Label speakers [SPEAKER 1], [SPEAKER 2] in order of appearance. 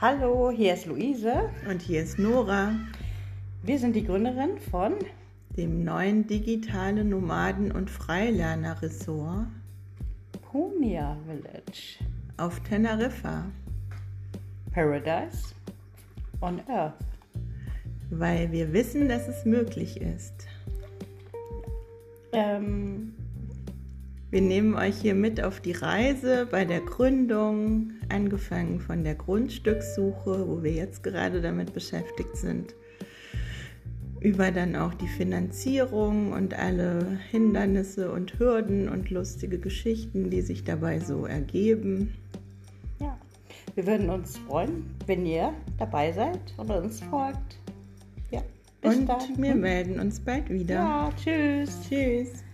[SPEAKER 1] Hallo, hier ist Luise.
[SPEAKER 2] Und hier ist Nora,
[SPEAKER 1] Wir sind die Gründerin von
[SPEAKER 2] dem neuen digitale Nomaden- und Freilerner-Ressort
[SPEAKER 1] Punia Village,
[SPEAKER 2] auf Teneriffa,
[SPEAKER 1] Paradise on Earth.
[SPEAKER 2] weil wir wissen, dass es möglich ist.
[SPEAKER 1] Ähm,
[SPEAKER 2] Wir nehmen euch hier mit auf die Reise bei der Gründung, angefangen von der Grundstückssuche, wo wir jetzt gerade damit beschäftigt sind, über dann auch die Finanzierung und alle Hindernisse und Hürden und lustige Geschichten, die sich dabei so ergeben.
[SPEAKER 1] ja. Wir würden uns freuen, wenn ihr dabei seid und uns folgt. Ja, bis
[SPEAKER 2] und
[SPEAKER 1] dann.
[SPEAKER 2] wir melden uns bald wieder.
[SPEAKER 1] ja, tschüss.
[SPEAKER 2] Tschüss.